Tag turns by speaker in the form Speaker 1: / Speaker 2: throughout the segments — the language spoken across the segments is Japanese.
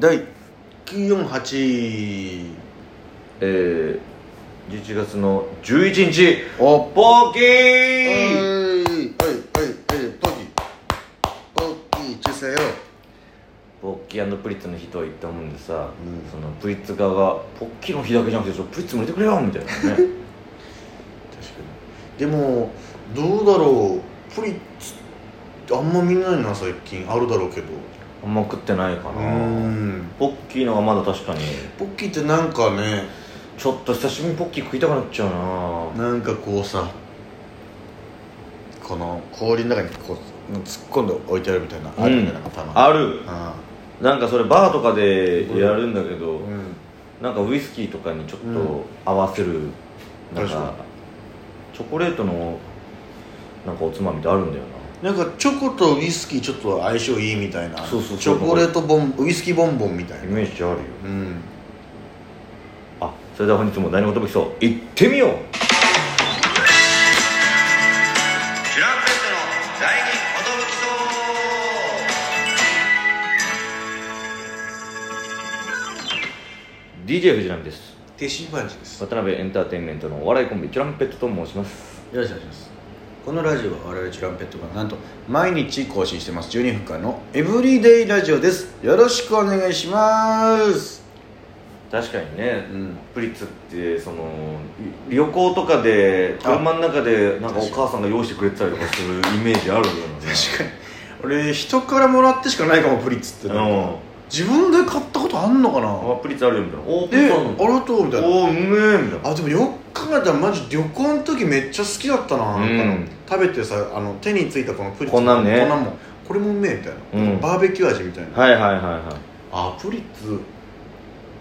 Speaker 1: 第948
Speaker 2: えー、11月の11日
Speaker 1: お
Speaker 2: ポキ
Speaker 1: はいはい
Speaker 2: ー
Speaker 1: はいポキポキチュセヨ
Speaker 2: ポッキープリッツの日とは言ったもんでさ、
Speaker 1: うん
Speaker 2: そのプリッツ側がポッキーの日だけじゃなくてちょっとプリッツも入れてくれよみたいなね
Speaker 1: 確かにでもどうだろうプリッツってあんま見ないな最近あるだろうけど
Speaker 2: あんま食ってないか
Speaker 1: う
Speaker 2: な
Speaker 1: ーん
Speaker 2: ポッキーのはまだ確かに
Speaker 1: ポッキーってなんかね
Speaker 2: ちょっと久しぶりにポッキー食いたくなっちゃうな
Speaker 1: なんかこうさこの氷の中にこう突っ込んで置いてあるみたいな、あるんだよなんかたまに
Speaker 2: ある
Speaker 1: あ
Speaker 2: なんかそれバーとかでやるんだけど、
Speaker 1: ーうん
Speaker 2: なんかウイスキーとかにちょっ
Speaker 1: うん
Speaker 2: と合わせる、なん
Speaker 1: 確か
Speaker 2: かチョコレートのなんかおつまみってあるんだよ
Speaker 1: なんかチョコとウイスキーちょっと相性いいみたいな
Speaker 2: そうそうそう
Speaker 1: チョコレートボンウイスキーボンボンみたい
Speaker 2: なイ
Speaker 1: な
Speaker 2: メージあるよ
Speaker 1: うん
Speaker 2: あそれでは本日も何事も基礎行ってみよう
Speaker 1: シュランペットの第二
Speaker 2: DJ 藤波です
Speaker 1: き手シーパンチです
Speaker 2: 渡辺エンターテインメントのお笑いコンビチュランペットと申します
Speaker 1: よろしくお願いしますこのラジオは我々チュランペットがなんと毎日更新してます12分間のエブリデイラジオですよろしくお願いします
Speaker 2: 確かにね、
Speaker 1: うん
Speaker 2: プリッツってそのい旅行とかで車の中でなん
Speaker 1: 確
Speaker 2: かお
Speaker 1: かに
Speaker 2: 母さんが用意してくれてたりとかするイメージあるんだよね
Speaker 1: 確かに俺人からもらってしかないかもプリッツって、
Speaker 2: うん
Speaker 1: 自分で買ったことあんのかな
Speaker 2: あプリッツあるよみたいなおープリ
Speaker 1: で
Speaker 2: ッツ
Speaker 1: あ
Speaker 2: あるの
Speaker 1: りがとうみたいな
Speaker 2: おーうめえみたいな
Speaker 1: あでもよく考えたらマジ旅行の時めっちゃ好きだったな,、
Speaker 2: うん
Speaker 1: なんか食べてさあの手についたこのプリッツ
Speaker 2: こんなんね
Speaker 1: こんなんもこれもうめえみたいな、
Speaker 2: うん
Speaker 1: バーベキュー味みたいな
Speaker 2: はいはいはいはい
Speaker 1: あプリッツ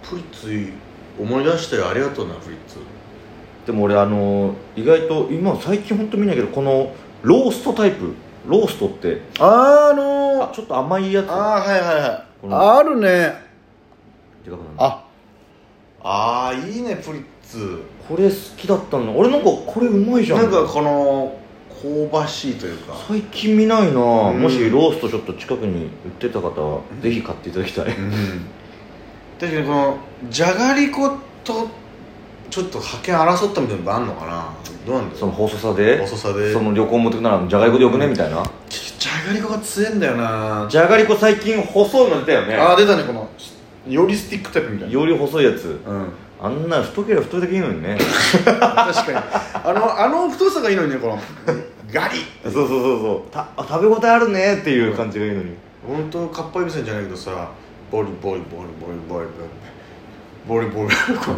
Speaker 1: プリッツ思い出したよありがとうなプリッツ
Speaker 2: でも俺あの意外と今最近本当見ないけどこのローストタイプローストって
Speaker 1: あー
Speaker 2: あ
Speaker 1: の
Speaker 2: ちょっと甘いやつ
Speaker 1: あーはいはいは
Speaker 2: こ
Speaker 1: い
Speaker 2: の
Speaker 1: あるね
Speaker 2: でかくなる
Speaker 1: ああーいいねプリッツ
Speaker 2: これ好きだったんだ俺なんかこれうまいじゃん
Speaker 1: なんかこの香ばしいというか
Speaker 2: 最近見ないな、
Speaker 1: うん
Speaker 2: もしローストちょっと近くに売ってた方はぜひ買っていただきたい、
Speaker 1: うん確かにこのじゃがりことちょっと覇権争ったみたいなのあんのかなどうなんだ
Speaker 2: そ
Speaker 1: ろ
Speaker 2: の細さで
Speaker 1: う細さで
Speaker 2: その旅行持ってくならじゃがりこでよくねみたいな
Speaker 1: じゃがりこが強えんだよな
Speaker 2: じゃがりこ最近細いの出たよね
Speaker 1: あー出たねこのよりスティックタイプみたいな
Speaker 2: より細いやつ
Speaker 1: うん
Speaker 2: あんな太ければ太いだけいいのにね
Speaker 1: 確かにあのあの太さがいいのにねこのガリ
Speaker 2: そうそうそうそうたあ食べ応えあるねっていう感じがいいのに
Speaker 1: 本当かっぱえびせんじゃないけどさボリボリボリボリボリボリボリボ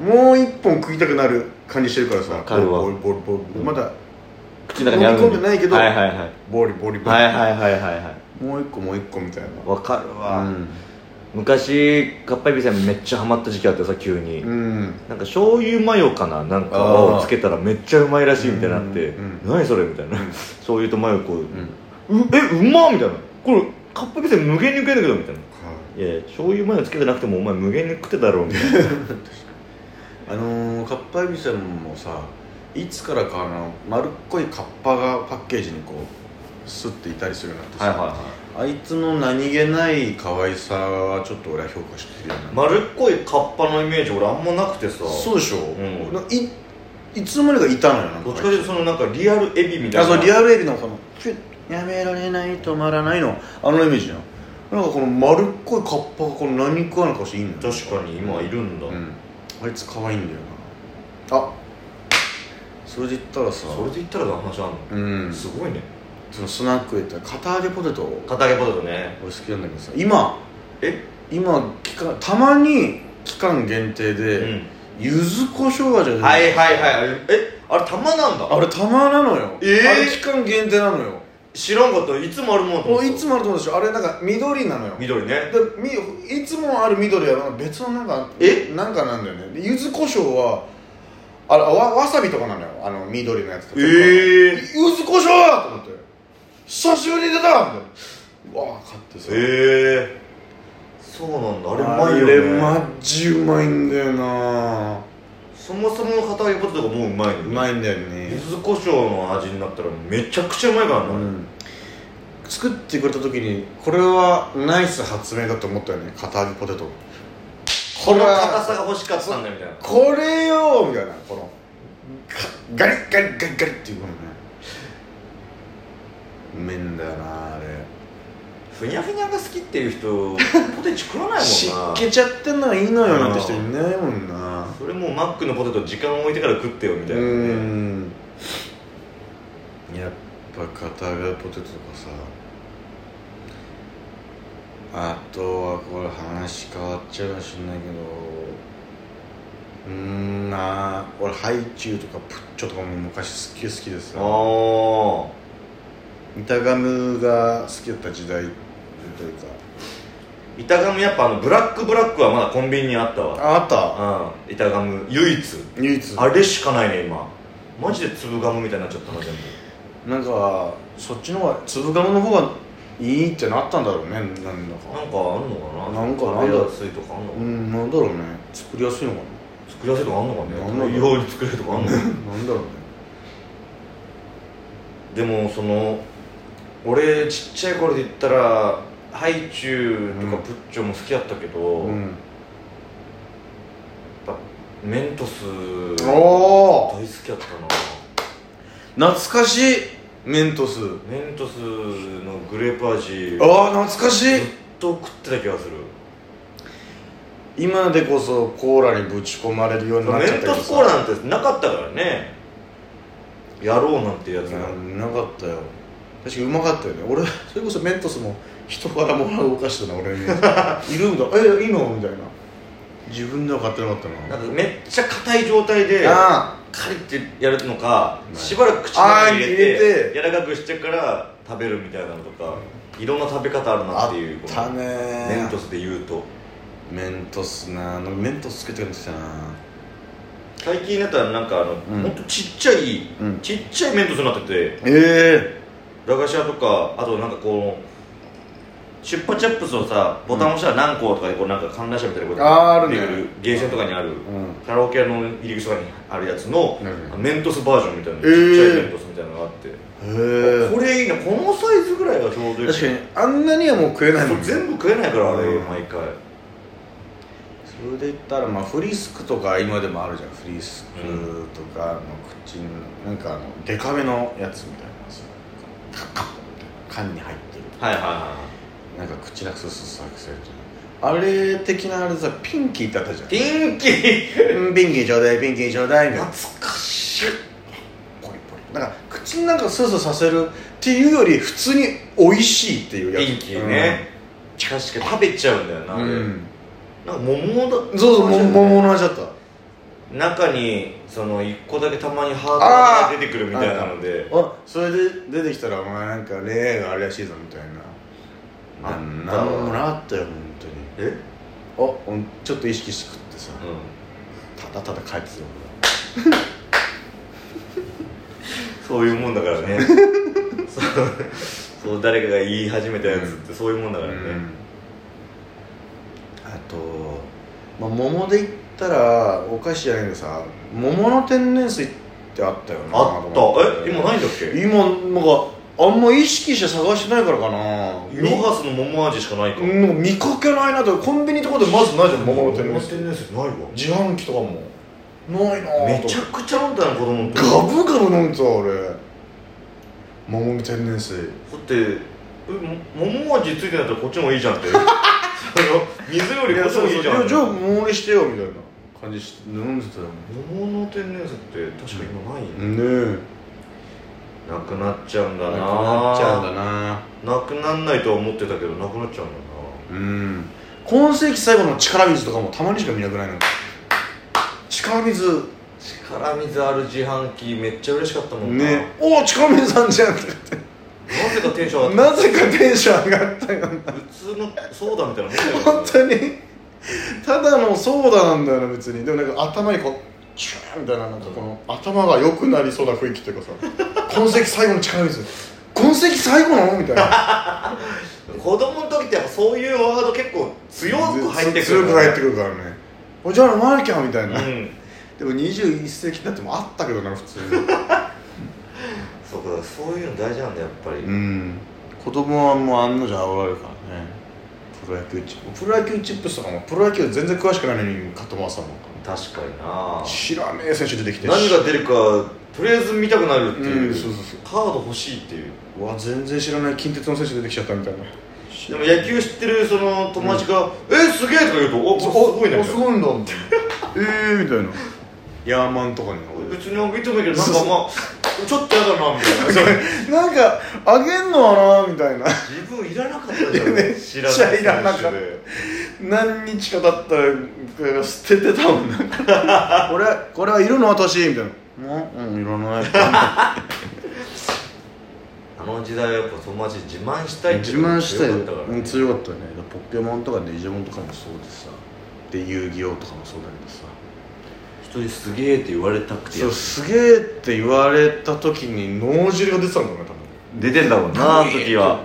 Speaker 1: リもう一本食いたくなる感じしてるからさ
Speaker 2: わかるわ
Speaker 1: ボリボリボリボリまだ
Speaker 2: 口の中にあるのに
Speaker 1: 飲み込んでないけど
Speaker 2: はいはいはい
Speaker 1: ボリボリボリ、
Speaker 2: はいはいはいはいは
Speaker 1: もう一個もう一個みたい
Speaker 2: いわかる
Speaker 1: な
Speaker 2: わ、昔かっぱえびせんめっちゃハマった時期あってさ急に、
Speaker 1: うん
Speaker 2: なんか醤油マヨかななんか
Speaker 1: あー
Speaker 2: をつけたらめっちゃうまいらしいみたいになって
Speaker 1: うん
Speaker 2: 「何それ」みたいな
Speaker 1: うん
Speaker 2: 醤油とマヨこう「う
Speaker 1: うん
Speaker 2: えうまっ!」みたいな「これかっぱえびせん無限に食えるけど」みたいな「いやいや醤油マヨつけてなくてもお前無限に食ってたろ」みたいな
Speaker 1: あのー、かっぱえびせんもさいつからかあの丸っこいカッパがパッケージにこうスッていたりするようになってさ、
Speaker 2: はい
Speaker 1: あいつの何気ない可愛さはちょっと俺は評価してるような、
Speaker 2: 丸っこいカッパのイメージ俺あんまなくてさ
Speaker 1: そうでしょ、
Speaker 2: ん
Speaker 1: なんかいいつの間にかいたのよなんか
Speaker 2: どっちかというとそのなんかリアルエビみた
Speaker 1: あ
Speaker 2: いな
Speaker 1: そうリアルエビのこのピュッやめられない止まらないのあのイメージじゃんなんかこの丸っこいカッパがこの何食わな顔していいんだよ
Speaker 2: 確かに今いるんだ、
Speaker 1: うんあいつ可愛いんだよなあそれで言ったらさ
Speaker 2: それで言ったらどんな話あんの、
Speaker 1: うん
Speaker 2: すごいね
Speaker 1: そのスナックで言ったら片揚げポテト俺
Speaker 2: 片揚げポテトね
Speaker 1: 好きなんだけどさ今
Speaker 2: え
Speaker 1: 今期間たまに期間限定で、
Speaker 2: うん
Speaker 1: 柚子胡椒味が出てる
Speaker 2: はいはいはいえあれ玉なんだ
Speaker 1: あれたまなのよ、
Speaker 2: えー
Speaker 1: あれ期間限定なのよ
Speaker 2: 知らんかったいつもあるもん
Speaker 1: もういつもあると思うでしょあれなんか緑なのよで
Speaker 2: 緑ね
Speaker 1: みいつもある緑はなんか別のなんか
Speaker 2: え
Speaker 1: なんかなんだよねで柚子胡椒はあれわわさびとかなのよあの緑のやつとか
Speaker 2: ええ
Speaker 1: 柚子胡椒だと思って久しぶりに出たみたいなうわー買ってさ
Speaker 2: ええそうなんだあれうまいよね
Speaker 1: あれマジうまいんだよな
Speaker 2: そもそもの片揚げポテトがもううまいの
Speaker 1: う
Speaker 2: ね
Speaker 1: まいんだよね
Speaker 2: 柚子胡椒の味になったらめちゃくちゃうまいからな、
Speaker 1: うん作ってくれた時にこれはナイス発明だと思ったよね堅揚げポテト
Speaker 2: この硬さが欲しかったんだみたいな
Speaker 1: これよみたいなこのガガリッガリッガリッガリッっていうこのねうめえんだよなあれ
Speaker 2: ふにゃふにゃが好きっていう 人ポテチ食わない
Speaker 1: 湿
Speaker 2: もんな
Speaker 1: 気ちゃってんならいいのよなんて人いないもんな
Speaker 2: それもうマックのポテト時間置いてから食ってよみたいな
Speaker 1: う
Speaker 2: ね
Speaker 1: んやっぱ片側ポテトとかさあとはこれ話変わっちゃうかもしんないけどうーんなあ俺ハイチュウとかプッチョとかも昔好き好きで
Speaker 2: あ
Speaker 1: さ
Speaker 2: あ
Speaker 1: 板ガムが好きだった時代というか
Speaker 2: 板ガムやっぱあのブラックブラックはまだコンビニにあったわ
Speaker 1: ああった
Speaker 2: うん板ガム唯一
Speaker 1: 唯一
Speaker 2: あれしかないね今マジで粒ガムみたいになっちゃったな全部
Speaker 1: なんかそっちの方が粒ガムの方がいいってなったんだろうねなんだか
Speaker 2: なんかあんのかな
Speaker 1: なんかなんだ
Speaker 2: 食べやすいとかあんのか
Speaker 1: う
Speaker 2: なん
Speaker 1: なんだろうね作りやすいのか
Speaker 2: 作りやすいとかあんのかね
Speaker 1: なんだろう
Speaker 2: ように作れる とかあんのか
Speaker 1: ななんだろうね
Speaker 2: でもその俺ちっちゃい頃で言ったらハイチュウとかプッチョも好きだったけど、
Speaker 1: うん
Speaker 2: やっぱメントス大好
Speaker 1: おお
Speaker 2: きだったな
Speaker 1: 懐かしいメントス
Speaker 2: メントスのグレープ味ずっ
Speaker 1: ああ懐かしい
Speaker 2: と食ってた気がする
Speaker 1: 今でこそコーラにぶち込まれるようになっちゃっ
Speaker 2: メン
Speaker 1: た
Speaker 2: ト
Speaker 1: けど
Speaker 2: ス
Speaker 1: さ
Speaker 2: コーラなんてなかったからねやろうなんてやつが
Speaker 1: うんなかったよ確かにうまかったよね俺それこそメントスも人からもらうお菓子だな俺 にいるんだえいいのみたいな自分では買ってなかった
Speaker 2: な
Speaker 1: なん
Speaker 2: かめっちゃ硬い状態で
Speaker 1: あ
Speaker 2: カリってやるのか
Speaker 1: い
Speaker 2: しばらく口の中に入れて
Speaker 1: あー入れて
Speaker 2: 柔らかくしてから食べるみたいなのとかいろんな食べ方あるな
Speaker 1: あ
Speaker 2: っ
Speaker 1: あ
Speaker 2: ていう
Speaker 1: っ
Speaker 2: こ
Speaker 1: た
Speaker 2: の
Speaker 1: ね
Speaker 2: メントスで言うと
Speaker 1: メントスなあのメントスつけてくれてたな
Speaker 2: 最近だったらなんかあの、
Speaker 1: ん
Speaker 2: ほんとちっちゃい、
Speaker 1: うん
Speaker 2: ちっちゃいメントスになってて
Speaker 1: え
Speaker 2: 駄菓子屋とかあとなんかこうチュッパチャップスをさボタン押したら何個とかでこうなんか観覧車みたいなこと
Speaker 1: あーあるね
Speaker 2: 出てくゲーセンとかにあ
Speaker 1: う
Speaker 2: る、
Speaker 1: ん
Speaker 2: カラオケ屋の入り口とかにあるやつの、
Speaker 1: なるほど
Speaker 2: メントスバージョンみたいな、
Speaker 1: えー
Speaker 2: ちっちゃいメントスみたいなのがあって、
Speaker 1: えへえ
Speaker 2: これいいなこのサイズぐらいがちょうどいい
Speaker 1: 確かにあんなにはもう食えないもん
Speaker 2: そう
Speaker 1: ね
Speaker 2: 全部食えないからあれ、
Speaker 1: うん
Speaker 2: 毎回
Speaker 1: それで言ったら、まあ、フリスクとか今でもあるじゃんフリスクとかあの口になんかあのデカめのやつみたいなさカッカッみたいな缶に入ってる
Speaker 2: はいはいは
Speaker 1: なんか口なくすすさくせるじゃんあれ的なあれさピンキーってあったじゃん
Speaker 2: いピンキー
Speaker 1: うんピンキーちょうだいピンキーちょうだいみたいな
Speaker 2: 懐かしい
Speaker 1: ポリポリなんか口になんかスースーさせるっていうより普通に美味しいっていうやつ
Speaker 2: ピンキーね、確かに食べちゃうんだよな
Speaker 1: う
Speaker 2: あ
Speaker 1: ん、
Speaker 2: れ、
Speaker 1: うん
Speaker 2: なんか桃だ
Speaker 1: そうそうも桃の味だった
Speaker 2: 中にその1個だけたまにハートが出てくるみたいなので
Speaker 1: あそれで出てきたらお前なんか恋愛があれらしいぞみたいな
Speaker 2: あ
Speaker 1: なん
Speaker 2: ったわ
Speaker 1: なんもなかったよ本
Speaker 2: え
Speaker 1: 当にあほんちょっと意識して食ってさ
Speaker 2: う
Speaker 1: ただただ帰ってたよ
Speaker 2: んそういうもんだから ねそうそう誰かが言い始めたやつってそういうもんだか
Speaker 1: 俺
Speaker 2: ら
Speaker 1: は
Speaker 2: ね、
Speaker 1: あと、まあ、桃で言ったらお菓子じゃないけどさ桃の天然水ってあったよな
Speaker 2: あ
Speaker 1: と思
Speaker 2: ったえ今ないんだっけ
Speaker 1: 今なんかあんま意識して探してないからかな
Speaker 2: イロハスの桃味しかないか
Speaker 1: なんか見かけないなとコンビニとかでまずないじゃん桃の天然水
Speaker 2: 然水ないわ
Speaker 1: 自販機とかもないなぁ
Speaker 2: め
Speaker 1: と
Speaker 2: ちゃくちゃ飲んだな子供の時
Speaker 1: ガブガブ飲んでた俺桃の天然水
Speaker 2: だってえも桃味ついてないったらこっちもいいじゃんってその 水よりこっちもいいじゃん
Speaker 1: いやじゃあ桃にしてよみたいな感じして飲んでたよね
Speaker 2: 桃の天然水って確か今ない、
Speaker 1: え
Speaker 2: なくなっちゃうんだ
Speaker 1: な
Speaker 2: な
Speaker 1: くなっちゃうんだな
Speaker 2: なくなんないとは思ってたけどなくなっちゃうんだな
Speaker 1: うん今世紀最後の力水とかもたまにしか見なくないの力水
Speaker 2: 力水ある自販機めっちゃ嬉しかったもんな、
Speaker 1: ねおお力水さんじゃんって
Speaker 2: なぜかテンション上がっ
Speaker 1: なぜかテンション上がったよ
Speaker 2: た普通のソーダみたいなもんだよね
Speaker 1: 本当にただのソーダなんだよな別にでもなんか頭にこうチューンみたいななんかこの頭が良くなりそうな雰囲気っていうかさ今世紀最後の力水今世紀最後なのみたいな
Speaker 2: 子供の時ってやっぱそういうワード結構強く入ってく る
Speaker 1: 強く入ってくるからねおじゃあ飲まなきゃみたいな、
Speaker 2: うん
Speaker 1: でも21世紀になってもあったけどな普通に
Speaker 2: そうかそういうの大事なんだやっぱり、
Speaker 1: うん子供はもう案の定煽られるからねプロ野球チッププロ野球チップスとかもプロ野球全然詳しくないのに買ってもらってたもん
Speaker 2: 確かにな
Speaker 1: 知らねえ選手出てきて
Speaker 2: 何が出るかとりあえず見たくなるっていう,、
Speaker 1: うんそうそうそ
Speaker 2: カード欲しいっていう
Speaker 1: うわ全然知らない近鉄の選手出てきちゃったみたいな
Speaker 2: でも野球知ってるその友達が「えすげえ!」とか言うと「おすごいね」みたいな
Speaker 1: ごいんだえ えみたいなヤーマンとかに
Speaker 2: 別にあげてもいいけどなんかまあちょっとやだなみたいな
Speaker 1: なんかあげんのかなみたいな
Speaker 2: 自分いらなかったじゃん
Speaker 1: めっ
Speaker 2: 知
Speaker 1: ち
Speaker 2: ら
Speaker 1: ゃ
Speaker 2: ない
Speaker 1: いらなかった
Speaker 2: 選手で
Speaker 1: 何日か経ったら捨ててた もんなこれこれはいるの私みたいなうん、うん、いらない
Speaker 2: あの時代はやっぱ友達自慢した いって
Speaker 1: 自
Speaker 2: いうのが
Speaker 1: 慢したい
Speaker 2: 強かったからね
Speaker 1: うん強かったねポケモンとかデジモンとかもそうでさで遊戯王とかもそうだけどさ
Speaker 2: 人にすげえって言われたくてや
Speaker 1: そ
Speaker 2: っ
Speaker 1: うすげえって言われた時に脳汁が出てたんだろうね
Speaker 2: 出てんだも
Speaker 1: 多
Speaker 2: ん
Speaker 1: 分
Speaker 2: なあの時は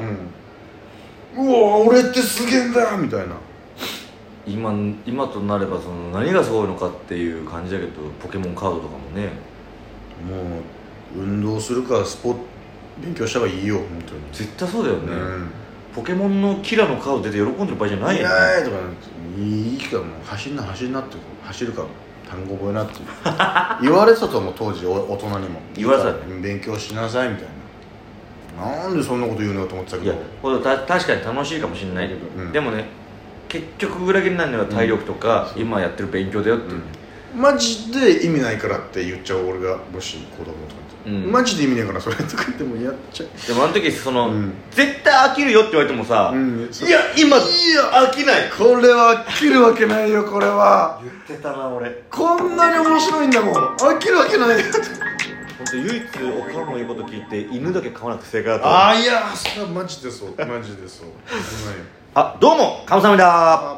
Speaker 1: うんうわ俺ってすげえんだみたいな
Speaker 2: 今今となればその何がすごいのかっていう感じだけどポケモンカードとかもね
Speaker 1: もう運動するかスポ勉強した方がいいよ本
Speaker 2: 絶対そうだよ
Speaker 1: 当に
Speaker 2: ね、
Speaker 1: うん
Speaker 2: ポケモンのキラのカード出て喜んでる場合じゃない
Speaker 1: い
Speaker 2: よね
Speaker 1: ないとかなんていいかもう走んな走んなって走るかも単語覚えなって 言われてたと思う当時お大人にも
Speaker 2: 言われてたね
Speaker 1: うん勉強しなさいみたいななんでそんなこと言うのと思ってた
Speaker 2: い
Speaker 1: け
Speaker 2: や
Speaker 1: ど
Speaker 2: これた確かに楽しいかもしれないけど、
Speaker 1: うん
Speaker 2: でもね結局裏切りになるのは体力とか、今やってる勉強だよっていう、
Speaker 1: マジで意味ないからって言っちゃう俺がもし子供とかに、
Speaker 2: うん
Speaker 1: マジで意味ないからそれとか言ってもやっちゃう
Speaker 2: でもあの時そ
Speaker 1: う
Speaker 2: の、
Speaker 1: ん
Speaker 2: 絶対飽きるよって言われてもさ、
Speaker 1: うん
Speaker 2: いや今
Speaker 1: いや
Speaker 2: 飽きない
Speaker 1: これは飽きるわけないよこれは
Speaker 2: 言ってたな俺
Speaker 1: こんなに面白いんだもん飽きるわけ ないよ
Speaker 2: 本当唯一おかんの言うこと聞いて犬だけ飼わなくて正解だった
Speaker 1: ああいやそれはマジでそうマジでそう危ないよ
Speaker 2: あどうもカムサムだ